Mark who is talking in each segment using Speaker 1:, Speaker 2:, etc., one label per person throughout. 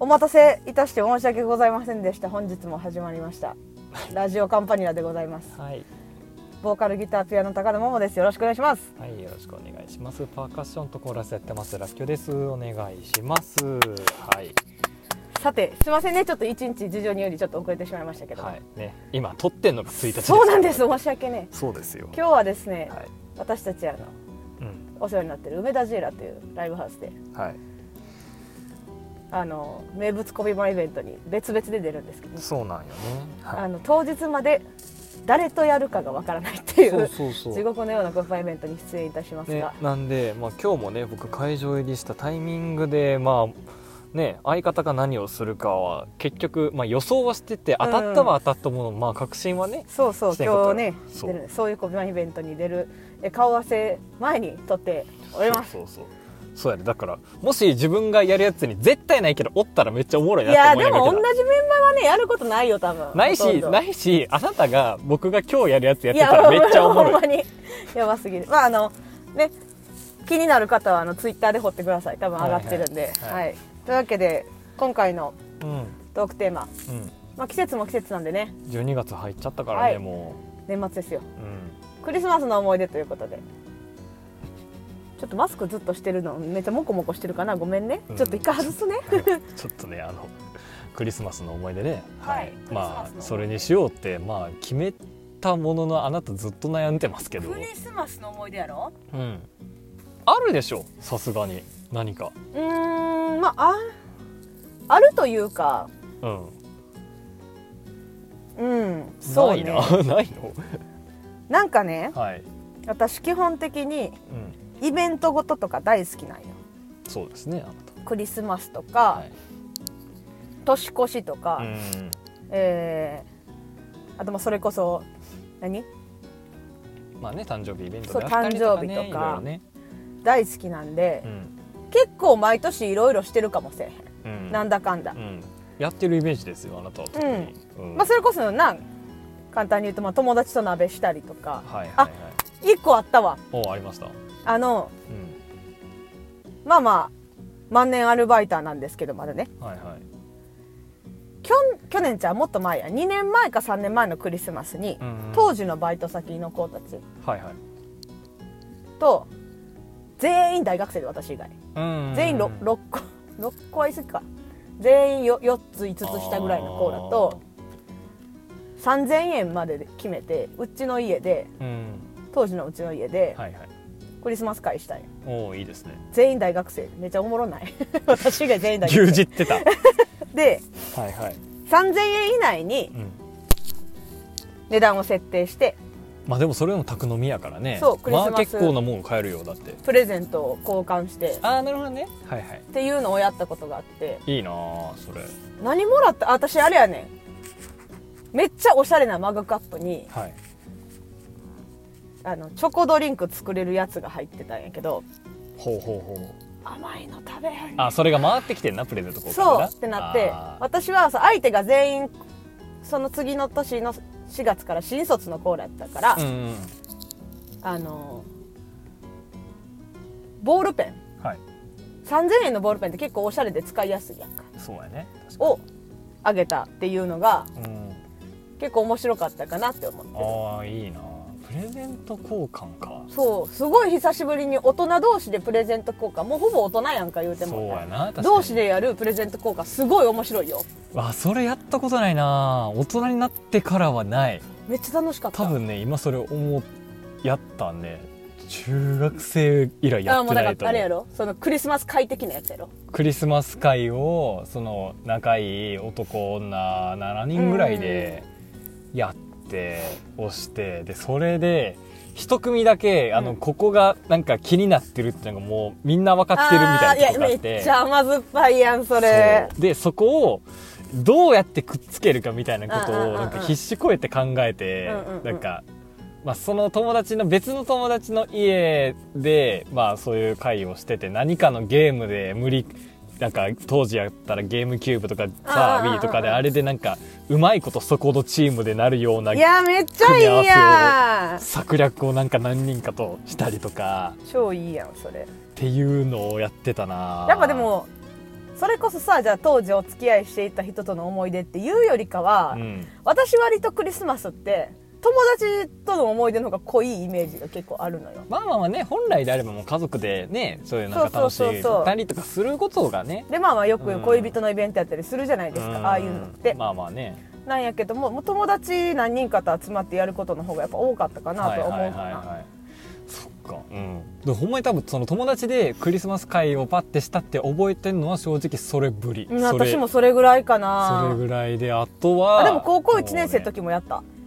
Speaker 1: 待たせいたして申し訳ございませんでした本日も始まりましたラジオカンパニラでございます
Speaker 2: はい、
Speaker 1: ボーカルギターピアノ高野桃ですよろしくお願いします
Speaker 2: はい、よろしくお願いします。パーカッションとコーラスやってます。ラッキョです。お願いします。はい、
Speaker 1: さてすいませんねちょっと一日事情によりちょっと遅れてしまいましたけど、
Speaker 2: はい、ね、今撮ってんのが1日です。
Speaker 1: そうなんです。申し訳ね
Speaker 2: そうですよ。
Speaker 1: 今日はですね、
Speaker 2: はい、
Speaker 1: 私たちあの
Speaker 2: うん、
Speaker 1: お世話になってる梅田ジェラというライブハウスで
Speaker 2: はい、
Speaker 1: あの名物コビマイベントに別々で出るんですけど、
Speaker 2: そうなんよね。は
Speaker 1: あ
Speaker 2: い。
Speaker 1: の当日まで誰とやるかがわからないっていう
Speaker 2: そうそう
Speaker 1: 地
Speaker 2: そう。
Speaker 1: 獄のようなコビマイベントに出演いたしますが、
Speaker 2: ね、なんで、まあ、今日もね、僕会場入りしたタイミングで、まあ。ね、相方が何をするかは結局、まあ、予想はしてて当たったは当たったもの、まあ確信はね
Speaker 1: そうそう
Speaker 2: してんこと
Speaker 1: 今日ね
Speaker 2: そ
Speaker 1: そう
Speaker 2: う
Speaker 1: 出るそういうコビマイベントに出るえ顔合わせ前に撮っております
Speaker 2: そうそうそうそうやねだからもし自分がやるやつに絶対ないけどおったらめっちゃおもろい
Speaker 1: い
Speaker 2: なって
Speaker 1: や
Speaker 2: 思い
Speaker 1: で
Speaker 2: ながら
Speaker 1: も同じメンバーはねやることないよ多分
Speaker 2: ない
Speaker 1: ほと
Speaker 2: し
Speaker 1: んど
Speaker 2: ないしあなたが僕が今日やるやつやってたらめっちゃおもろ
Speaker 1: ほん
Speaker 2: い
Speaker 1: まにやばすぎるまああのね気になる方はあのツイッターで掘ってください多分上がってるんで
Speaker 2: はい
Speaker 1: は、
Speaker 2: はいいはい
Speaker 1: というわけで今回の
Speaker 2: うん、うん、
Speaker 1: トークテーマ、まあ、季節も季節なんでね
Speaker 2: 12月入っちゃったからね、
Speaker 1: はい
Speaker 2: も
Speaker 1: 年末ですよ
Speaker 2: う、うん、
Speaker 1: クリスマスの思い出ということでちょっとマスクずっとしてるのめっちゃモコモコしてるかなごめんね、
Speaker 2: うん
Speaker 1: ちょっと一回外すね
Speaker 2: ちょっとねあのクリスマスの思い出ね、
Speaker 1: はいクリスマスの
Speaker 2: ま
Speaker 1: 思い
Speaker 2: あ
Speaker 1: 出
Speaker 2: それにしようってまあ決めたもののあなたずっと悩んでますけど、
Speaker 1: スマスの思い出やろ
Speaker 2: うん、あるでしょさすがに何か
Speaker 1: うーんまあああるというか
Speaker 2: うん
Speaker 1: うんそうね
Speaker 2: ないな ないの
Speaker 1: なんかね
Speaker 2: はい、
Speaker 1: 私基本的に
Speaker 2: うん、
Speaker 1: イベントごととか大好きなんよ
Speaker 2: そうですねあな
Speaker 1: クリスマスと
Speaker 2: た
Speaker 1: か、
Speaker 2: はい
Speaker 1: 年越しとか、
Speaker 2: うん
Speaker 1: えーあともそれこそ何
Speaker 2: まあね誕生日イベント
Speaker 1: そう
Speaker 2: であったりと
Speaker 1: 誕
Speaker 2: かね
Speaker 1: 生日とか
Speaker 2: いろいろね
Speaker 1: 大好きなんで
Speaker 2: う、ん
Speaker 1: 結構毎年いろいろしてるかもせえへん、
Speaker 2: うん
Speaker 1: なんだかんだ
Speaker 2: う、んやってるイメージですよあなたは特に、うん
Speaker 1: まあ、それこそなん簡単に言うと、まあ、友達と鍋したりとか
Speaker 2: はいはいは
Speaker 1: あ
Speaker 2: い
Speaker 1: 一個あったわ
Speaker 2: おありました、うん、
Speaker 1: あのまあまあ万年アルバイターなんですけどまだね
Speaker 2: はいはい
Speaker 1: 去去年じゃあもっと前や2年前か3年前のクリスマスに、
Speaker 2: うんうん
Speaker 1: 当時のバイト先の子たち
Speaker 2: はいはい
Speaker 1: と全員大学生で私以外
Speaker 2: うん
Speaker 1: 全員 6, 六個6個はいすぎか全員よ4つ5つ下ぐらいの子だと3000円までで決めてうちの家で
Speaker 2: あーうん
Speaker 1: 当時のうちの家で
Speaker 2: はいはい
Speaker 1: クリスマス会したい、
Speaker 2: おーいいですね
Speaker 1: 全員大学生めちゃおもろない 私以外全員大
Speaker 2: 牛
Speaker 1: 学
Speaker 2: 耳
Speaker 1: 生
Speaker 2: っ てたは
Speaker 1: で
Speaker 2: いはい、
Speaker 1: 3000円以内に
Speaker 2: うん、
Speaker 1: 値段を設定して
Speaker 2: まあでもそれでも宅飲みやからね
Speaker 1: そうクリスマス
Speaker 2: まあ結構なもん買えるよだって
Speaker 1: プレゼントを交換して
Speaker 2: ああなるほどねはいはい
Speaker 1: っていうのをやったことがあって
Speaker 2: いいなあそれ
Speaker 1: 何もらったあ私あれやねんめっちゃおしゃれなマグカップに
Speaker 2: はい
Speaker 1: あのチョコドリンク作れるやつが入ってたんやけど
Speaker 2: ほうほうほう
Speaker 1: 甘いの食べへんねん
Speaker 2: あそれが回ってきてんなプレゼント交換
Speaker 1: そう
Speaker 2: が
Speaker 1: ってなって
Speaker 2: あー
Speaker 1: 私はそう相手が全員その次の年の4月から新卒のコーラやったから、
Speaker 2: うんうん
Speaker 1: あのボールペン
Speaker 2: はい
Speaker 1: 3000円のボールペンって結構おしゃれで使いやすいやんか
Speaker 2: そうやね確か
Speaker 1: をあげたっていうのが
Speaker 2: にうん
Speaker 1: 結構面白かったかなって思ってる
Speaker 2: ああいいなプレゼント交換か
Speaker 1: そうすごい久しぶりに大人同士でプレゼント交換もうほぼ大人やんか言うて
Speaker 2: そう
Speaker 1: も
Speaker 2: やな確かに
Speaker 1: 同士でやるプレゼント交換すごい面白いよ
Speaker 2: わそれやったことないな大人になってからはない
Speaker 1: めっちゃ楽しかった
Speaker 2: 多分ね今それ思うやったんで中学生以来や
Speaker 1: あ
Speaker 2: っ
Speaker 1: も
Speaker 2: て
Speaker 1: うだ
Speaker 2: な
Speaker 1: か
Speaker 2: いと
Speaker 1: らあれ
Speaker 2: 思
Speaker 1: やろ
Speaker 2: う
Speaker 1: そのクリスマス会的なやつやろ
Speaker 2: クリスマス会をその仲いい男女7人ぐらいでやって押してでそれで一組だけあの、
Speaker 1: うん
Speaker 2: ここがなんか気になってるっていうのがもうみんな分かってるみたいなことがあ
Speaker 1: あーい
Speaker 2: っ
Speaker 1: やめ
Speaker 2: て
Speaker 1: っちゃ甘酸っぱいやんそれ
Speaker 2: そうでそこをどうやってくっつけるかみたいなこと
Speaker 1: うんうんうんう
Speaker 2: を
Speaker 1: ん
Speaker 2: なんか必死こえて考えて
Speaker 1: うんうんうん
Speaker 2: なんか。まあ、その友達の別の友達の家で、まあ、そういう会をしてて何かのゲームで無理なんか当時やったらゲームキューブとか
Speaker 1: うん
Speaker 2: さ
Speaker 1: うんうんうん
Speaker 2: Wii とかであれでなんかうまいことそこのチームでなるようない
Speaker 1: やめっちゃいいや
Speaker 2: 策略をなんか何人かとしたりとか
Speaker 1: ん超いいやんそれ
Speaker 2: っていうのをやってたな
Speaker 1: やっぱでもそれこそさじゃあ当時お付き合いしていた人との思い出っていうよりかは、
Speaker 2: うん
Speaker 1: 私割とクリスマスって友達との思い出の方が濃いイメージが結構あるのよ
Speaker 2: まあまあまあね本来であればもう家族でねそういうなんか楽し
Speaker 1: そうそう
Speaker 2: い
Speaker 1: そうそう
Speaker 2: たりとかすることがね
Speaker 1: でまあまあよく恋人のイベントやったりするじゃないですか、
Speaker 2: ん
Speaker 1: ああいうのって、
Speaker 2: まあまあね
Speaker 1: なんやけどももう友達何人かと集まってやることの方がやっぱ多かったかなとは思うかな、
Speaker 2: いそっかうんでほんまに多分その友達でクリスマス会をパッてしたって覚えてんのは正直それぶり、
Speaker 1: うん
Speaker 2: それ
Speaker 1: 私もそれぐらいか
Speaker 2: そ
Speaker 1: な
Speaker 2: れぐらいであとは
Speaker 1: あでも高校1年生の時もやった、
Speaker 2: もうね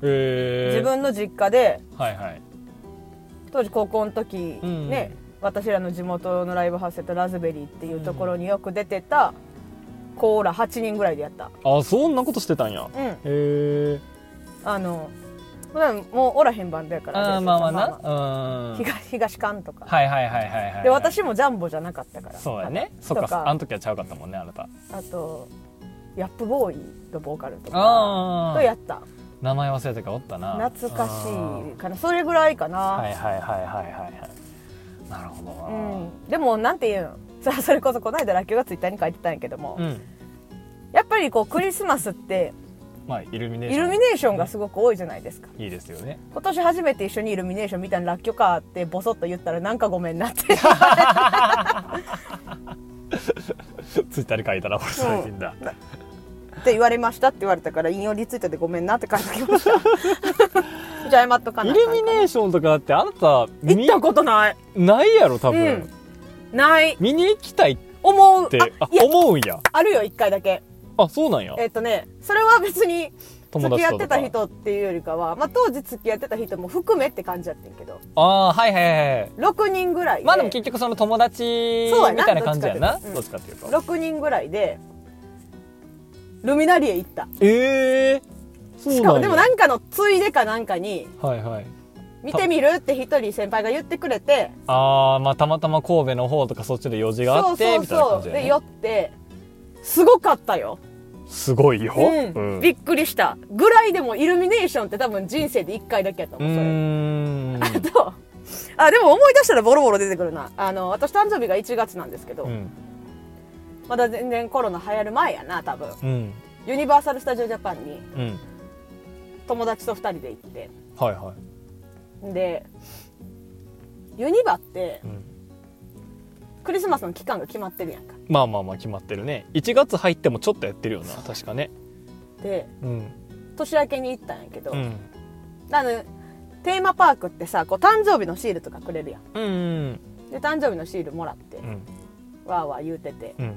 Speaker 2: えー
Speaker 1: 自分の実家で
Speaker 2: はいはい
Speaker 1: 当時高校の時ね、私らの地元のライブハウスやったラズベリーっていうところによく出てたコーラ8人ぐらいでやった
Speaker 2: あそんなことしてたんや
Speaker 1: うん
Speaker 2: へえ
Speaker 1: あの普段もうおらへんバンドやから
Speaker 2: あーまあまあな
Speaker 1: まあ
Speaker 2: うん
Speaker 1: 東東館とか、
Speaker 2: はいはいはいはいはい
Speaker 1: で私もジャンボじゃなかったから
Speaker 2: そうやね
Speaker 1: あ
Speaker 2: そっ
Speaker 1: と
Speaker 2: かあ
Speaker 1: か
Speaker 2: の時はちゃうかったもんねあなた
Speaker 1: あとヤップボーイのボーカルとか
Speaker 2: あ
Speaker 1: とやった
Speaker 2: 名前忘れたかおったな
Speaker 1: 懐か
Speaker 2: あー
Speaker 1: しいかなそれぐらいかな、
Speaker 2: はいはいはいはいはいはいなるほど
Speaker 1: うん、でもなんていうの さそれこそこの間ラッキョがツイッターに書いてたんやけども、
Speaker 2: なうん
Speaker 1: やっぱりこうクリスマスって
Speaker 2: まあイルミネー
Speaker 1: イ
Speaker 2: ショ
Speaker 1: ル
Speaker 2: ン
Speaker 1: ミネーションがすごく多いじゃないですか
Speaker 2: いいですよね
Speaker 1: 今年初めて一緒にイルミネーション見たのラッキョかってボソッと言ったらなんかごめんなって
Speaker 2: ツイッターで書いたら俺最近だ
Speaker 1: って言われましたって言われたから引用リツイートでごめんなって書いてきました じゃあ謝っとかな
Speaker 2: イ
Speaker 1: あかん
Speaker 2: ルミネーションとかだってあなた見
Speaker 1: 行ったことない
Speaker 2: ないやろ多分
Speaker 1: うんない
Speaker 2: 見に行きたいっ
Speaker 1: 思う
Speaker 2: て
Speaker 1: あ
Speaker 2: あ
Speaker 1: いや
Speaker 2: 思うんや
Speaker 1: あるよ一回だけ
Speaker 2: あそうなんや
Speaker 1: えっ、とねそれは別に
Speaker 2: 友
Speaker 1: 付き
Speaker 2: 達
Speaker 1: 合っ
Speaker 2: と
Speaker 1: て
Speaker 2: とか
Speaker 1: た人っていうよりかは、まあ、当時付き合ってた人も含めって感じだったんやけど
Speaker 2: ああはいはいはいはい
Speaker 1: 6人ぐらいで,、
Speaker 2: まあでも結局その友達み
Speaker 1: そうやな
Speaker 2: たいな感じやなど
Speaker 1: どっ
Speaker 2: っちかっていうと
Speaker 1: 6人ぐらいでルミナリエ行った
Speaker 2: ええそう
Speaker 1: しかもでもなんかのついでかなんかに
Speaker 2: はいはい
Speaker 1: 見てみるって一人先輩が言ってくれて
Speaker 2: ああまあたまたま神戸の方とかそっちで用事があ
Speaker 1: そう
Speaker 2: って
Speaker 1: そう
Speaker 2: みたいな
Speaker 1: そ
Speaker 2: 感
Speaker 1: う
Speaker 2: じ
Speaker 1: で
Speaker 2: で、
Speaker 1: 酔
Speaker 2: ね、
Speaker 1: ってすごかったよ、
Speaker 2: すごいよ、
Speaker 1: うんびっくりしたぐらいでもイルミネーションって多分人生で1回だけやと
Speaker 2: う
Speaker 1: 思うそれ
Speaker 2: ーん
Speaker 1: あと あでも思い出したらボロボロ出てくるなあの私誕生日が1月なんですけど、
Speaker 2: うん
Speaker 1: まだ全然コロナ流行る前やな多分
Speaker 2: うん
Speaker 1: ユニバーサル・スタジオ・ジャパンに
Speaker 2: うん
Speaker 1: 友達と2人で行って
Speaker 2: はいはい、
Speaker 1: でユニバって
Speaker 2: うん、
Speaker 1: クリスマスの期間が決まってるやんか
Speaker 2: まあまあまあ決まってるね1月入ってもちょっとやってるよな確かね
Speaker 1: で
Speaker 2: うん
Speaker 1: 年明けに行ったんやけど、
Speaker 2: うん
Speaker 1: あのテーマパークってさこう誕生日のシールとかくれるやん
Speaker 2: うんうん
Speaker 1: で誕生日のシールもらって、
Speaker 2: うん
Speaker 1: わーわー言うてて
Speaker 2: うん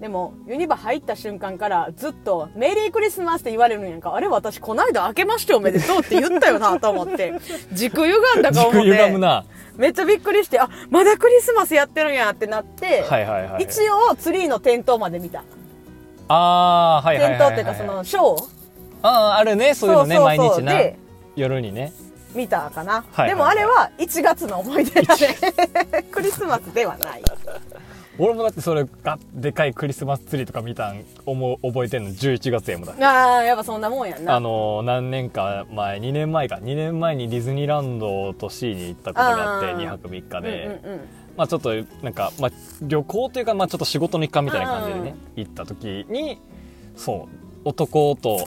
Speaker 1: でもユニバ入った瞬間からずっと「メリークリスマス」って言われるんやんかあれ私こないだ明けましておめでとうって言ったよなと思 って軸歪んだか思
Speaker 2: 軸
Speaker 1: っ
Speaker 2: 歪む
Speaker 1: て
Speaker 2: な
Speaker 1: めっちゃびっくりしてあまだクリスマスやってるんやってなって、
Speaker 2: はいはいはい
Speaker 1: 一応ツリーの点灯まで見た
Speaker 2: ああはいは
Speaker 1: 点
Speaker 2: いはい、
Speaker 1: 灯
Speaker 2: はい、
Speaker 1: っていうかそのショー
Speaker 2: あああるねそういうのね
Speaker 1: そうそうそう
Speaker 2: 毎日
Speaker 1: で
Speaker 2: な夜にね
Speaker 1: 見たかな、
Speaker 2: はい
Speaker 1: でもあれは1月の思い出だね クリスマスではない
Speaker 2: 俺もだってそれがでかいクリスマスツリーとか見たん思う覚えてんの11月やもんだ
Speaker 1: ああやっぱそんなもんやんな
Speaker 2: あのー何年か前2年前か2年前にディズニーランドとシーに行ったことがあって
Speaker 1: あー
Speaker 2: 2泊3日
Speaker 1: うんうん
Speaker 2: で、
Speaker 1: うん
Speaker 2: まあちょっとなんか、まあ、旅行というか、まあ、ちょっと仕事の一環みたいな感じでね行った時にそう男と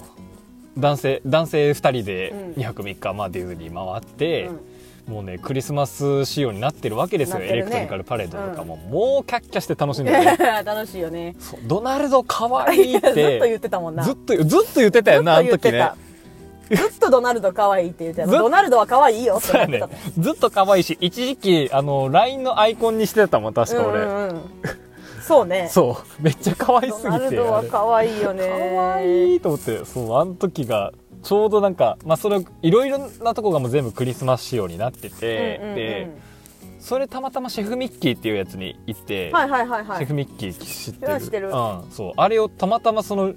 Speaker 2: 男性男性2人で
Speaker 1: うん
Speaker 2: 2泊3日、まあ、ディズニー回って、
Speaker 1: うん
Speaker 2: もうねクリスマス仕様になってるわけですよ、
Speaker 1: なっ
Speaker 2: エ
Speaker 1: てるね
Speaker 2: レクトリカルパレードとかも、もうキャッキャして楽しんでる
Speaker 1: 楽しいよね
Speaker 2: そうドナルド可愛
Speaker 1: い
Speaker 2: い
Speaker 1: や
Speaker 2: っ
Speaker 1: ずっと 言
Speaker 2: て
Speaker 1: ってたもんな
Speaker 2: ずっとずっと言ってたよなあ
Speaker 1: ず
Speaker 2: の
Speaker 1: っと言
Speaker 2: 時
Speaker 1: っ
Speaker 2: ね
Speaker 1: てたずっとドナルド可愛いって言ってた
Speaker 2: ずっ
Speaker 1: ドナルドは可愛いよって
Speaker 2: そ
Speaker 1: 思
Speaker 2: う
Speaker 1: っ
Speaker 2: や
Speaker 1: て
Speaker 2: ね
Speaker 1: たもん、
Speaker 2: ずっと可愛いし一時期あの LINE のアイコンにしてたもん確か俺、
Speaker 1: うんうんうんそうね
Speaker 2: そうめっちゃ可愛すぎて
Speaker 1: ドナルド
Speaker 2: あ
Speaker 1: は
Speaker 2: れ
Speaker 1: 可愛いよね
Speaker 2: 可愛いと思ってそうあの時がちょうどなんか、まあ、それいろいろなとこがもう全部クリスマス仕様になってて、
Speaker 1: うんうんうん
Speaker 2: でそれたまたまシェフミッキーっていうやつに行って、
Speaker 1: はいはいはいは
Speaker 2: シェ
Speaker 1: い
Speaker 2: フミッキー知って
Speaker 1: う
Speaker 2: る
Speaker 1: ん知ってる
Speaker 2: うん、そうあれをたまたまその、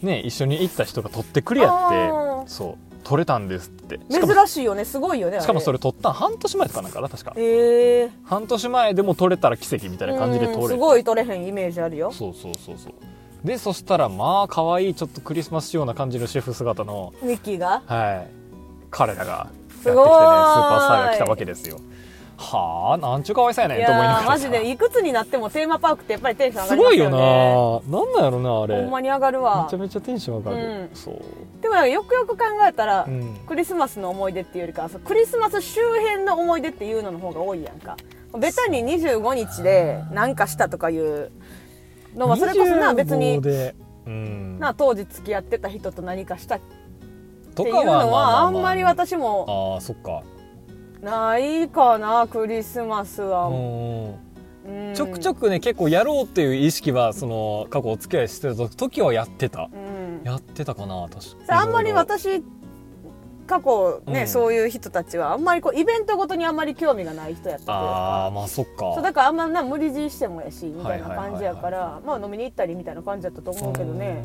Speaker 2: ね、一緒に行った人が撮ってくれや
Speaker 1: あ
Speaker 2: って
Speaker 1: ー
Speaker 2: そう撮れたんですってしかも
Speaker 1: 珍しいよねすごいよね
Speaker 2: しかもそ
Speaker 1: れ
Speaker 2: れ撮ったん半年前とかなんかな確か
Speaker 1: ええ
Speaker 2: 半年前でも撮れたら奇跡みたいな感じで撮
Speaker 1: うん
Speaker 2: れ
Speaker 1: す
Speaker 2: て
Speaker 1: ごい撮れへんイメージあるよ
Speaker 2: そうそうそうそうでそしたらまあ可愛いちょっとクリスマス仕様な感じのシェフ姿の
Speaker 1: ミッキーが
Speaker 2: はい彼らがやってきてねスー
Speaker 1: すごーい
Speaker 2: パースターが来たわけですよはあなんちゅうかわいそうや
Speaker 1: い
Speaker 2: ねんと思いなが
Speaker 1: やー
Speaker 2: らさ
Speaker 1: マジでいくつになってもテーマパークってやっぱりテンション上が
Speaker 2: す
Speaker 1: りま
Speaker 2: ご
Speaker 1: す
Speaker 2: い
Speaker 1: よ
Speaker 2: よ
Speaker 1: ね
Speaker 2: ななんなんやろなあれ
Speaker 1: ほんまに上がる
Speaker 2: め
Speaker 1: わ
Speaker 2: ちゃめちゃテンション上がる、
Speaker 1: うん
Speaker 2: そう、
Speaker 1: でもよくよく考えたら、
Speaker 2: うん、
Speaker 1: クリスマスの思い出っていうよりかはそうクリスマス周辺の思い出っていうのの方が多いやんかベタに25日で何かしたとかいうのはそれこそな
Speaker 2: 25
Speaker 1: 別に
Speaker 2: で、うん、
Speaker 1: な当時付き合ってた人と何かしたって
Speaker 2: と
Speaker 1: いう
Speaker 2: かはまあ
Speaker 1: の
Speaker 2: ま
Speaker 1: は
Speaker 2: あ
Speaker 1: あんまり私も
Speaker 2: ああそっか、
Speaker 1: ないかなクリスマス
Speaker 2: う
Speaker 1: は、
Speaker 2: ん
Speaker 1: うん、
Speaker 2: ちょくちょくね結構やろうっていう意識はその過去お付き合いしてた時はやってた、
Speaker 1: うん、
Speaker 2: やってたかな確か
Speaker 1: それあんまり
Speaker 2: いろいろ
Speaker 1: 私過去ね、
Speaker 2: うん
Speaker 1: そういう人たちはあんまりこうイベントごとにあんまり興味がない人やったという
Speaker 2: ああ
Speaker 1: か
Speaker 2: まあそっか
Speaker 1: そうだからあんまな無理強いしてもやしみたいな
Speaker 2: はいはいはいはい
Speaker 1: 感じやから、まあ飲みに行ったりみたいな感じだったと思うけどね、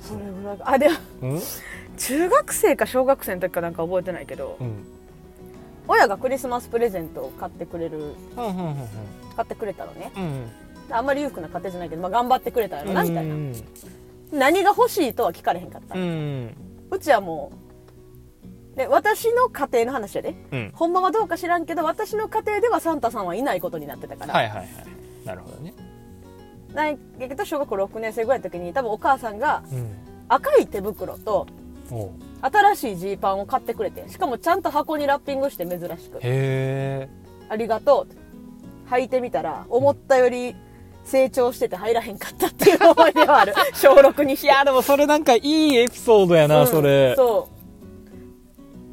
Speaker 1: それぐらいかあでも
Speaker 2: うんうん
Speaker 1: 中学生か小学生の時かなんか覚えてないけど、
Speaker 2: うん
Speaker 1: 親がクリスマスプレゼントを買ってくれる
Speaker 2: うんうんうん
Speaker 1: 買ってくれたのね
Speaker 2: うん
Speaker 1: あんまり裕福な家庭じゃないけど、まあ、頑張ってくれたやろなみたいな、
Speaker 2: うん
Speaker 1: 何が欲しいとは聞かれへんかった、
Speaker 2: う
Speaker 1: うんちはもうで私の家庭の話やで、
Speaker 2: うん
Speaker 1: ほんまはどうか知らんけど私の家庭ではサンタさんはいないことになってたから、
Speaker 2: はいはいはいなるほどね
Speaker 1: ないけど小学校6年生ぐらいの時に多分お母さんが
Speaker 2: うん
Speaker 1: 赤い手袋と
Speaker 2: おう
Speaker 1: 新しいジーパンを買ってくれてしかもちゃんと箱にラッピングして珍しく
Speaker 2: へえ
Speaker 1: 「ありがとう」履いてみたら思ったより成長してて入らへんかったっていう思い出 はある小6にし
Speaker 2: いやでもそれなんかいいエピソードやな、
Speaker 1: うん
Speaker 2: それ
Speaker 1: そう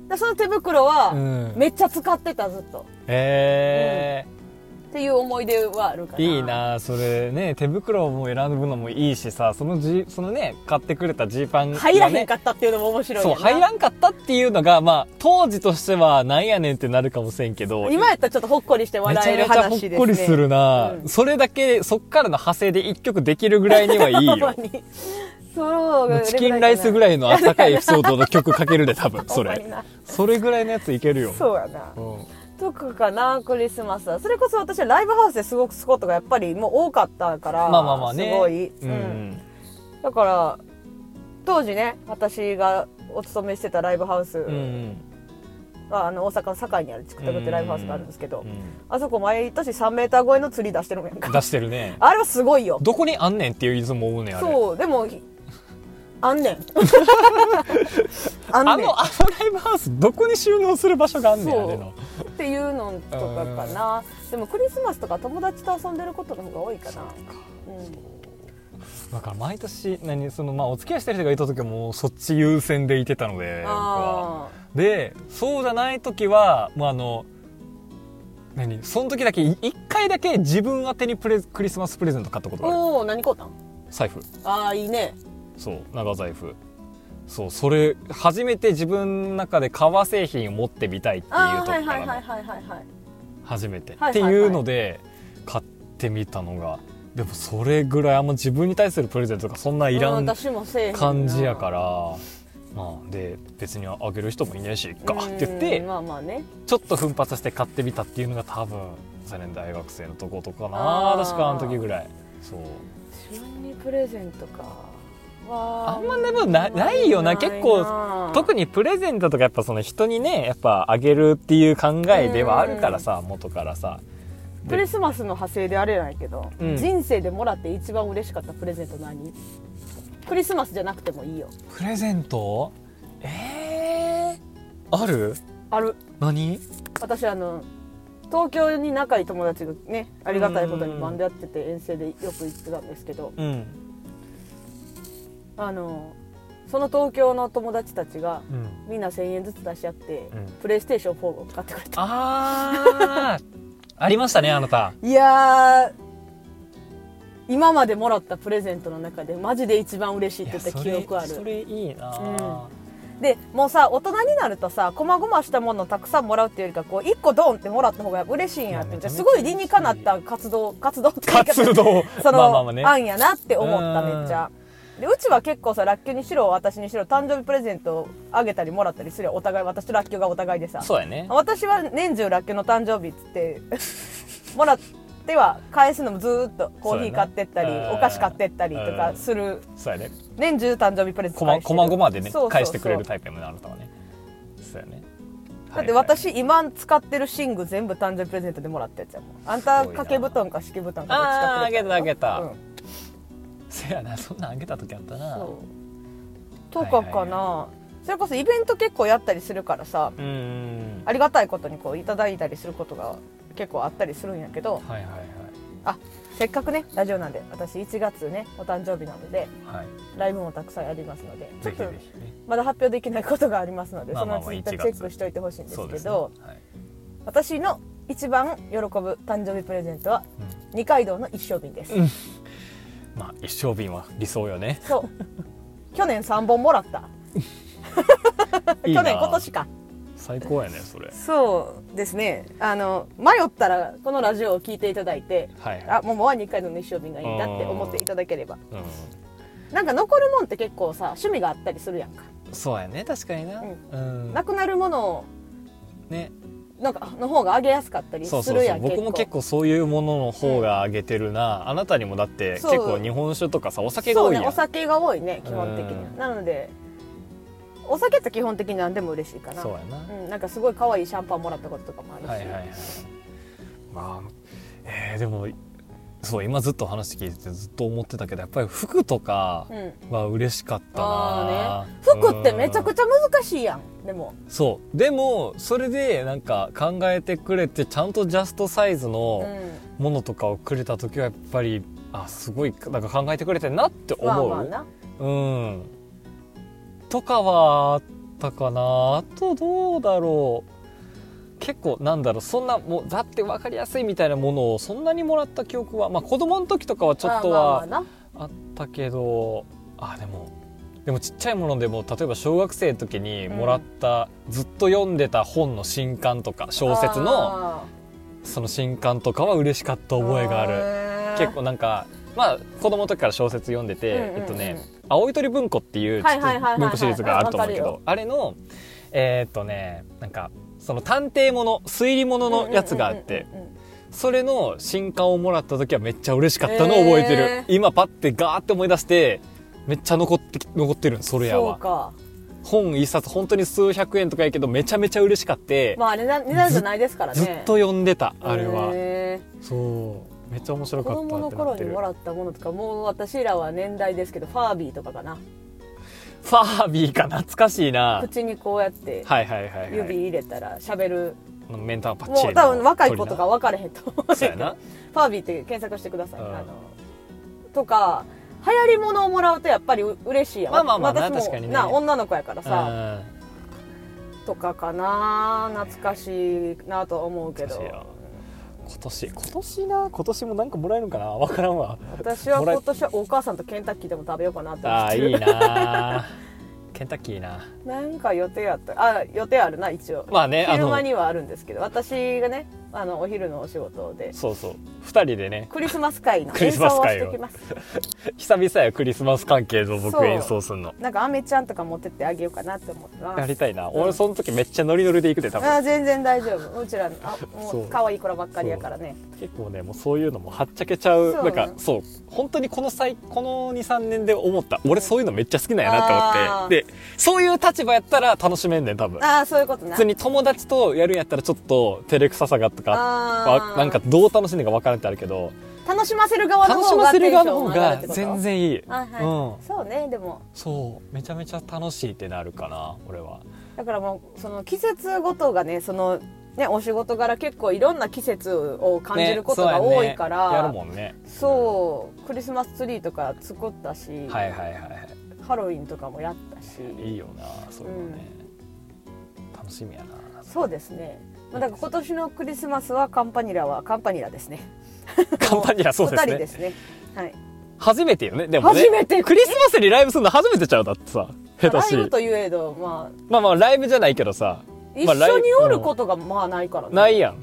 Speaker 1: でその手袋は、
Speaker 2: うん
Speaker 1: めっちゃ使ってたずっと
Speaker 2: へえ、
Speaker 1: っていう思い出はあるから
Speaker 2: いいなそれね手袋も選ぶのもいいしさそのじそのね買ってくれたジーパンがね
Speaker 1: 入らへんかったっていうのも面白い
Speaker 2: そ
Speaker 1: よ
Speaker 2: う
Speaker 1: な
Speaker 2: 入らんかったっていうのがまあ当時としてはなんやねんってなるかもしれんけど
Speaker 1: 今やったらちょっとほっこりして
Speaker 2: めち
Speaker 1: 笑
Speaker 2: ゃ
Speaker 1: える
Speaker 2: めちゃほ
Speaker 1: 話です、
Speaker 2: っ
Speaker 1: ね、
Speaker 2: こりするな、
Speaker 1: うん
Speaker 2: それだけそっからの派生で一曲できるぐらいには いい
Speaker 1: ほん
Speaker 2: よ
Speaker 1: まにそう
Speaker 2: もうチキンライスぐ
Speaker 1: い
Speaker 2: らいのあったかいエピソードの曲かけるで 多分
Speaker 1: ほ
Speaker 2: そ
Speaker 1: んまに
Speaker 2: れ
Speaker 1: な
Speaker 2: それぐらいのやついけるよ
Speaker 1: そうやな
Speaker 2: うん
Speaker 1: とかかなクリスマスはそれこそ私はライブハウスですごくスコットがやっぱりもう多かったから
Speaker 2: まあまあまあね
Speaker 1: すごい、
Speaker 2: うん、
Speaker 1: だから当時ね私がお勤めしてたライブハウスは、
Speaker 2: うん
Speaker 1: あの大阪の堺にあるチクタクってライブハウスがあるんですけど、
Speaker 2: うん
Speaker 1: あそこ毎年3メーター超えの釣り出してるもんやんか
Speaker 2: 出してるね
Speaker 1: あれはすごいよ
Speaker 2: どこにあんねんっていういつも思うねんあれ
Speaker 1: そうでもあんねんあん
Speaker 2: あ
Speaker 1: ねん
Speaker 2: のあのライブハウスどこに収納する場所があんねん
Speaker 1: そう
Speaker 2: あれの
Speaker 1: っていうのとかかなでもクリスマスとか友達と遊んでることの方が多いかなうん
Speaker 2: だから毎年何その、まあ、お付き合いしてる人がいた時はもうそっち優先でいてたので僕は
Speaker 1: あ
Speaker 2: でそうじゃない時はもうあの何その時だけい一回だけ自分宛てにプレクリスマスプレゼント買ったこと
Speaker 1: ー
Speaker 2: がある
Speaker 1: おお何買うたん
Speaker 2: 財布
Speaker 1: ああいいね
Speaker 2: そう長財布そうそれ初めて自分の中で革製品を持ってみたいっていうとこ
Speaker 1: ああはいは
Speaker 2: か
Speaker 1: いはい
Speaker 2: らの
Speaker 1: はいはいはい
Speaker 2: 初めて
Speaker 1: はいはいはい
Speaker 2: っていうので買ってみたのがでもそれぐらいあんま自分に対するプレゼントとかそんないら
Speaker 1: うん
Speaker 2: ん
Speaker 1: 私もせえへんな
Speaker 2: 感じやから、まあ、で別にあげる人もいないしガーって言っ
Speaker 1: うん
Speaker 2: て
Speaker 1: まあまあね
Speaker 2: ちょっと奮発して買ってみたっていうのが多分それ大学生のとことか
Speaker 1: あ
Speaker 2: な
Speaker 1: ー
Speaker 2: 確かあの時ぐらいそう
Speaker 1: 自分にプレゼントかわ
Speaker 2: あんまでもなないよな結構
Speaker 1: 構
Speaker 2: 特にプレゼントとかやっぱその人にねやっぱあげるっていう考えではあるからさ元からさ
Speaker 1: クリスマスの派生であれないけど、
Speaker 2: うん
Speaker 1: 人生でもらって一番嬉しかったプレゼント何クリスマスじゃなくてもいいよ
Speaker 2: プレゼントえー、ある
Speaker 1: ある
Speaker 2: 何
Speaker 1: 私あの東京に仲いい友達がねありがたいことにバンドやってて遠征でよく行ってたんですけど
Speaker 2: うん
Speaker 1: あのその東京の友達たちが
Speaker 2: うん
Speaker 1: みんな1000円ずつ出し合って、
Speaker 2: うん
Speaker 1: プレイステーション4を買ってくれた
Speaker 2: あーありましたねあなた
Speaker 1: いやー今までもらったプレゼントの中でマジで一番嬉しいって言った記憶あ
Speaker 2: そ
Speaker 1: る
Speaker 2: れいいな、
Speaker 1: うんでもうさ大人になるとさこまごましたものをたくさんもらうっていうよりかこう1個ドンってもらった方が嬉しいんやって思って
Speaker 2: いやめちゃめちゃ
Speaker 1: すごい理にかなった活動活動って言い方
Speaker 2: 活動
Speaker 1: その、
Speaker 2: まあまあまあね
Speaker 1: 案やなって思った
Speaker 2: うん
Speaker 1: めっちゃでうちは結構さらっきょうにしろ私にしろ誕生日プレゼントをあげたりもらったりするよお互い私とらっきょうがお互いでさ
Speaker 2: そうやね
Speaker 1: 私は年中らっきょうの誕生日っつってもらっては返すのもずーっとコーヒー買ってったり
Speaker 2: そうやな
Speaker 1: お菓子買ってったりと
Speaker 2: う
Speaker 1: か
Speaker 2: ん
Speaker 1: する
Speaker 2: そうやね
Speaker 1: 年中誕生日プレゼント
Speaker 2: こま
Speaker 1: 返して
Speaker 2: こ
Speaker 1: る
Speaker 2: まごまで
Speaker 1: そ
Speaker 2: ね
Speaker 1: うそうそう
Speaker 2: 返してくれるタイプやもんねあなたはねそうやね
Speaker 1: だって私今使ってる寝具全部誕生日プレゼントでもらったやつやもんあんた
Speaker 2: すごいな
Speaker 1: 掛け布団か敷布団かどっちかくれ
Speaker 2: あーあげたあげ
Speaker 1: うん
Speaker 2: たせやなそんなんあげた時あったな
Speaker 1: そうとかかな、それこそイベント結構やったりするからさ
Speaker 2: うんうん
Speaker 1: ありがたいことにこういただいたりすることが結構あったりするんやけど
Speaker 2: はいはいはい
Speaker 1: あせっかくねラジオなんで私1月ねお誕生日なので
Speaker 2: はい
Speaker 1: ライブもたくさんありますのでちょっ
Speaker 2: ぜひぜ
Speaker 1: と
Speaker 2: ひね
Speaker 1: まだ発表できないことがありますので
Speaker 2: まあ
Speaker 1: そ
Speaker 2: まあ
Speaker 1: の
Speaker 2: まあ
Speaker 1: ツイッター
Speaker 2: 1
Speaker 1: チ
Speaker 2: 月
Speaker 1: ェックしておいてほしいん です
Speaker 2: そう
Speaker 1: け
Speaker 2: ですね
Speaker 1: ど
Speaker 2: はい
Speaker 1: 私の一番喜ぶ誕生日プレゼントは
Speaker 2: うん
Speaker 1: 二階堂の一升瓶です、
Speaker 2: うんまあ一生瓶は理想よね
Speaker 1: そう去年3本もらった
Speaker 2: いいな
Speaker 1: 去年今年か
Speaker 2: 最高やねそれ
Speaker 1: そうですねあの迷ったらこのラジオを聞いていただいて
Speaker 2: はい
Speaker 1: あ
Speaker 2: はい
Speaker 1: もうは二階堂の一升瓶がいいなって思っていただければ
Speaker 2: う
Speaker 1: なんか残るもんって結構さ趣味があったりするやんか
Speaker 2: んそうやね確かにな
Speaker 1: う
Speaker 2: うん
Speaker 1: なくなるものを
Speaker 2: ね
Speaker 1: なんかの方が上げやすかったりす
Speaker 2: そうそう
Speaker 1: る
Speaker 2: そ
Speaker 1: や
Speaker 2: うん僕も結構そういうものの方が上げてるな、あなたにもだって結
Speaker 1: そう
Speaker 2: 構日本酒とかさお酒が多い
Speaker 1: そうね
Speaker 2: や
Speaker 1: お
Speaker 2: ん
Speaker 1: 酒が多いね基本的には
Speaker 2: うん
Speaker 1: なのでお酒って基本的に何でも嬉しいかな
Speaker 2: そうやな、
Speaker 1: うん、なんかすごい可愛いシャンパンもらったこととかもあるし、
Speaker 2: はいはいはいまあえーでもそう今ずっと話聞いててずっと思ってたけどやっぱり服とか
Speaker 1: うん、
Speaker 2: は嬉しかったな、
Speaker 1: ああね服ってめちゃく
Speaker 2: ち
Speaker 1: ちゃ難しいやんでも
Speaker 2: ゃそうでもそれでなんか考えてくれてちゃんとジャストサイズ
Speaker 1: う
Speaker 2: の
Speaker 1: ん
Speaker 2: ものとかをくれた時はやっぱりあすごいなんか考えてくれてんなって
Speaker 1: まあ
Speaker 2: 思う、
Speaker 1: まあな
Speaker 2: うん。とかはあったかな。あとどうだろう。結構なんだろうそんなもうだって分かりやすいみたいなものをそんなにもらった記憶はまあ子供の時とかはちょっと
Speaker 1: まあ
Speaker 2: は
Speaker 1: まあま
Speaker 2: あったけどあでもでもちっちゃいものでも例えば小学生の時にもらった、ずっと読んでた本の新刊とか
Speaker 1: あな
Speaker 2: 小説の
Speaker 1: あ
Speaker 2: その新刊とかは嬉しかった
Speaker 1: ー
Speaker 2: 覚えがある。
Speaker 1: へー
Speaker 2: 結構なんかまあ子供の時から小説読んでて、
Speaker 1: うんうんうん
Speaker 2: えっとね「青い鳥文庫」っていうちょっ
Speaker 1: はいはいはいはいは
Speaker 2: と
Speaker 1: い
Speaker 2: 文庫シリーズがあると思う
Speaker 1: わ
Speaker 2: け
Speaker 1: かる
Speaker 2: どあれのえーっとねなんかその探偵もの推理もののやつがあって
Speaker 1: うんうんうんうん
Speaker 2: それの新刊をもらった時はめっちゃ嬉しかったのを覚えてる、
Speaker 1: へー
Speaker 2: 今パッてガーって思い出してめっちゃ残ってき残ってるんそれや
Speaker 1: そう
Speaker 2: は
Speaker 1: か
Speaker 2: 本一冊本当に数百円とかやけどめちゃめちゃ嬉しかって、
Speaker 1: まああれな値段じゃないですからね
Speaker 2: ずっと読んでたあれは
Speaker 1: へー
Speaker 2: そうめっちゃ面白
Speaker 1: 子
Speaker 2: かったって
Speaker 1: 供
Speaker 2: な
Speaker 1: の
Speaker 2: って
Speaker 1: 頃に
Speaker 2: る
Speaker 1: もらったものとかもう私らは年代ですけどファービーとかかな
Speaker 2: ファービーか懐かしいな
Speaker 1: 口にこうやって
Speaker 2: はいはいはい、はい、
Speaker 1: 指入れたらしゃべる、
Speaker 2: のメンターパッチリ
Speaker 1: もう多分若い子とか
Speaker 2: は
Speaker 1: 分かれへんと思う
Speaker 2: そう やな
Speaker 1: ファービーって検索してください、
Speaker 2: うん
Speaker 1: あのとか流行り物をもらうとやっぱりう嬉しいやん
Speaker 2: まあまあまあな
Speaker 1: 私も
Speaker 2: 確かにね
Speaker 1: な女の子やからさ、
Speaker 2: さ
Speaker 1: とかかな懐かしいなとは思うけど
Speaker 2: 懐かしいよ今年今年な今年もなんかもらえるんかなわから んわ
Speaker 1: 私は
Speaker 2: もらえ
Speaker 1: 今年はお母さんとケンタッキーでも食べようかなって思
Speaker 2: あ
Speaker 1: っ
Speaker 2: あ
Speaker 1: て
Speaker 2: いい
Speaker 1: る
Speaker 2: な ケンタッキーな
Speaker 1: なんか予定やったあ予定あるな一応、
Speaker 2: まあねあ
Speaker 1: 昼
Speaker 2: の
Speaker 1: 間にはあるんですけど私がねあのお昼のお仕事で
Speaker 2: そうそう二人でね
Speaker 1: クリスマス会の
Speaker 2: ク
Speaker 1: 演
Speaker 2: リスマ
Speaker 1: 奏
Speaker 2: ス
Speaker 1: を
Speaker 2: 会
Speaker 1: し
Speaker 2: を
Speaker 1: てきます
Speaker 2: 久々やクリスマス関係の
Speaker 1: そう
Speaker 2: 僕演奏すんの
Speaker 1: なんかアメちゃんとか持ってってあげようかなって思ってます
Speaker 2: やりたいな、
Speaker 1: うん
Speaker 2: 俺その時めっちゃノリノリで行くで多分
Speaker 1: あー全然大丈夫うちらあも
Speaker 2: そう
Speaker 1: う可愛い子らばっかりやからね
Speaker 2: 結構ねもうそういうのもはっちゃけちゃう
Speaker 1: そう
Speaker 2: なんかそう本当にこの際この23年で思った俺そういうのめっちゃ好きなんやなって思ってでそういう立場やったら楽しめんねん多分
Speaker 1: ああそういうことな
Speaker 2: 普通に友達とやるんやったらちょっと照れくささがとか
Speaker 1: あ
Speaker 2: わ
Speaker 1: ー
Speaker 2: なんかどう楽しんでか分からんってあるけど
Speaker 1: 楽しませる側の
Speaker 2: 楽し
Speaker 1: 方
Speaker 2: ま
Speaker 1: がテ
Speaker 2: せる
Speaker 1: ンショ
Speaker 2: 側
Speaker 1: ン
Speaker 2: の方
Speaker 1: 上がるっ
Speaker 2: が
Speaker 1: てこと
Speaker 2: 全然いい、
Speaker 1: はいはい、
Speaker 2: うん
Speaker 1: そうねでも
Speaker 2: そうめちゃめちゃ楽しいってなるかな俺は
Speaker 1: だからもうその季節ごとがねそのねお仕事柄結構いろんな季節を感じることが
Speaker 2: ねそう
Speaker 1: 多
Speaker 2: やね
Speaker 1: いか
Speaker 2: やる
Speaker 1: ら、
Speaker 2: もんね
Speaker 1: そうクリスマスツリーとか作ったし、
Speaker 2: はいはいはい
Speaker 1: ハロウィンとかもやったし
Speaker 2: いいよなそういうのね、楽しみやな
Speaker 1: そうですねまあだから今年のクリスマスはカンパニラはカンパニラですね
Speaker 2: カンパニラそうです
Speaker 1: 二人で
Speaker 2: ね
Speaker 1: すねはい
Speaker 2: 初めてよねでもね
Speaker 1: 初めて
Speaker 2: クリスマスにライブするの初めてちゃうだってさ下手
Speaker 1: ライ
Speaker 2: し
Speaker 1: ブといえどまあ
Speaker 2: まあまあライブじゃないけどさ
Speaker 1: 一
Speaker 2: まあライブ
Speaker 1: 緒におることがまあないからね、
Speaker 2: ないやん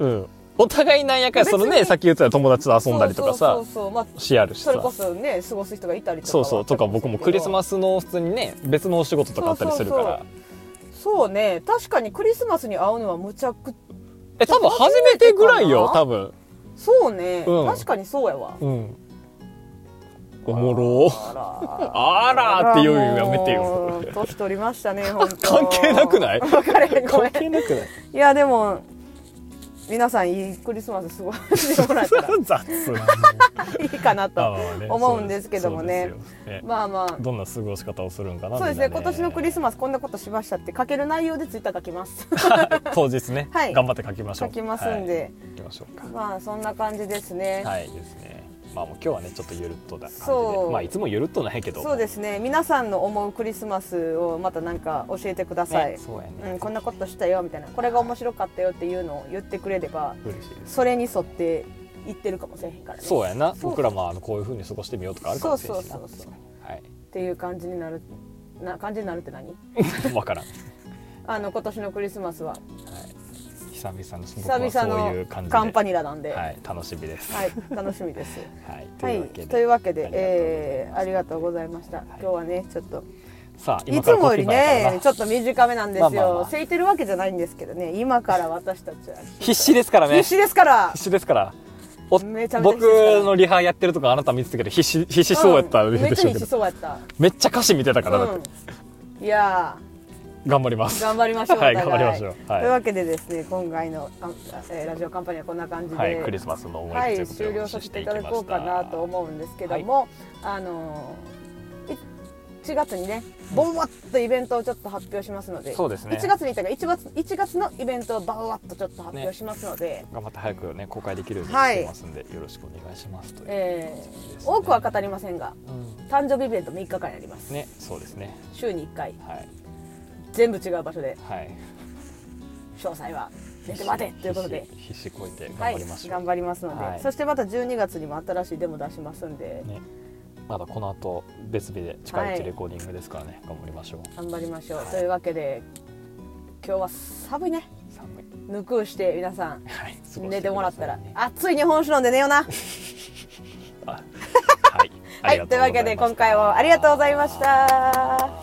Speaker 1: うん
Speaker 2: うんお互いなんやかんやその
Speaker 1: 別
Speaker 2: ね
Speaker 1: に
Speaker 2: さっき言ってた友達と遊んだりとか
Speaker 1: そうそう
Speaker 2: さ
Speaker 1: そうそうまあ
Speaker 2: しあるし
Speaker 1: そ
Speaker 2: さ
Speaker 1: れこそね過ごす人がいたりとか
Speaker 2: そうそうとか僕もクリスマ
Speaker 1: ス
Speaker 2: スの普通にね別のお仕事とかあったりするから
Speaker 1: そうそうそうね確かにクリスマスに会うのはむちゃく
Speaker 2: え多分初めてぐらいよ
Speaker 1: 初
Speaker 2: 多分
Speaker 1: そうね、
Speaker 2: うん
Speaker 1: 確かにそうやわ
Speaker 2: うんおもろ
Speaker 1: あら
Speaker 2: あらーって言うのやめてよ
Speaker 1: もう年取りましたね本当
Speaker 2: 関係なくない
Speaker 1: 分かれへんごめ
Speaker 2: 関
Speaker 1: ん
Speaker 2: 係なくない
Speaker 1: いやでも皆さんいいクリスマス過ごしてもらったら
Speaker 2: 雑
Speaker 1: いいかなと
Speaker 2: な、ね
Speaker 1: 思うんですけどもね
Speaker 2: そうですよね
Speaker 1: まあまあ
Speaker 2: どんな過ごし方をするんかな
Speaker 1: そうですね今年のクリ
Speaker 2: ス
Speaker 1: スマスこんなことしましたって書ける内容でツイッター書きます
Speaker 2: 当日ね、
Speaker 1: はい
Speaker 2: 頑張って書きまし
Speaker 1: 書
Speaker 2: ょう
Speaker 1: きますんで、
Speaker 2: はい、書きましょうか
Speaker 1: まあそんな感じですね、
Speaker 2: はいですねまあもう今日はねちょっとゆるっとだ感じ
Speaker 1: そ
Speaker 2: で
Speaker 1: う
Speaker 2: まあいつもゆるっとないけど
Speaker 1: そうですね皆さんの思うクリスマスをまた何か教えてください、
Speaker 2: ねそうや
Speaker 1: う
Speaker 2: ね
Speaker 1: ん、こんなことしたよみたいなこれが面白かったよっていうのを言ってくれれば
Speaker 2: 嬉しいです
Speaker 1: それに沿って言ってるかもしれへんからね
Speaker 2: そうやな
Speaker 1: そう
Speaker 2: 僕らもあのこういう風に過ごしてみようとかあるか
Speaker 1: そ
Speaker 2: も
Speaker 1: う
Speaker 2: しれな
Speaker 1: そ
Speaker 2: いうし
Speaker 1: そう
Speaker 2: な
Speaker 1: そう
Speaker 2: はい
Speaker 1: っていう感じになるな感じになるって何
Speaker 2: 分からん、は、
Speaker 1: あの今年のクリスマスはい
Speaker 2: 久々の僕
Speaker 1: 久
Speaker 2: は
Speaker 1: 々
Speaker 2: そういう感
Speaker 1: の
Speaker 2: じで
Speaker 1: カンパニラなんで、
Speaker 2: はい楽しみです
Speaker 1: はい、楽しみです。
Speaker 2: はい、 と
Speaker 1: はいいう
Speaker 2: わけ、
Speaker 1: と
Speaker 2: で、
Speaker 1: いうわけで、
Speaker 2: え
Speaker 1: えーありがとうございました。今日はね、ちょっと
Speaker 2: さあ
Speaker 1: い
Speaker 2: 今
Speaker 1: つ
Speaker 2: から
Speaker 1: もよ
Speaker 2: コ
Speaker 1: り
Speaker 2: ピーやから
Speaker 1: ね
Speaker 2: な、
Speaker 1: ちょっと短めなんです
Speaker 2: ま
Speaker 1: よ。
Speaker 2: あまあまあ
Speaker 1: 空いてるわけじゃないんですけどね、今から私た ちは
Speaker 2: 必死ですからね
Speaker 1: 必死ですから。
Speaker 2: 必死ですからお
Speaker 1: めちゃめちゃ必
Speaker 2: 僕
Speaker 1: 死ですから
Speaker 2: のリハやってるとこあなた見てたけど必死必死そうやった
Speaker 1: んめっ
Speaker 2: で
Speaker 1: ち
Speaker 2: し
Speaker 1: ゃ
Speaker 2: ょうけ
Speaker 1: 必
Speaker 2: ど
Speaker 1: 死そうやった。
Speaker 2: めっちゃ歌詞見てたからだって、
Speaker 1: うん。いや
Speaker 2: 頑張ります
Speaker 1: ー、頑張りましょう。
Speaker 2: はい
Speaker 1: お互
Speaker 2: 頑張りましょうはい
Speaker 1: というわけでですね、今回のあえーラジオカンパニーはこんな感じで。
Speaker 2: はいクリスマスの思い出
Speaker 1: はい、
Speaker 2: ということ
Speaker 1: 終
Speaker 2: でお
Speaker 1: 了さ
Speaker 2: 話し
Speaker 1: せ
Speaker 2: して
Speaker 1: てい
Speaker 2: いきま
Speaker 1: ただこう
Speaker 2: し
Speaker 1: か
Speaker 2: た
Speaker 1: なと思うんですけども、あのーい1月にねボワッとイベントをちょっと発表しますので、
Speaker 2: そうですね
Speaker 1: 1月にというか1月 ,1 月のイベントをバワッとちょっと発表しますので、
Speaker 2: 頑張って早くね公開できるように
Speaker 1: はい
Speaker 2: してますんで、よろしくお願いしますという、
Speaker 1: え
Speaker 2: ですね
Speaker 1: ー多くは語りませんが
Speaker 2: うん
Speaker 1: 誕生日イベント3日間やります、
Speaker 2: ねそうですね
Speaker 1: 週に1回
Speaker 2: はい
Speaker 1: 全部違う場所で
Speaker 2: はい
Speaker 1: 詳細は寝て待てということで。
Speaker 2: 必死必死こいて
Speaker 1: は
Speaker 2: 頑張
Speaker 1: い
Speaker 2: りま、しょう、
Speaker 1: 頑張りますので、
Speaker 2: はい
Speaker 1: そしてまた12月にも新しいデモ出しますんで、
Speaker 2: ねまだこの後別日で近いう
Speaker 1: は
Speaker 2: ち
Speaker 1: い
Speaker 2: レコーディングですからね、頑張りましょう
Speaker 1: 頑張りましょう、
Speaker 2: はい
Speaker 1: というわけで今日は寒いね
Speaker 2: 寒い
Speaker 1: ぬくうして皆さん
Speaker 2: はい過ごしてくださいね
Speaker 1: 寝てもらったら
Speaker 2: あ
Speaker 1: 熱い日本酒飲んで寝ような
Speaker 2: はい、
Speaker 1: はいというわけで今回もありがとうございました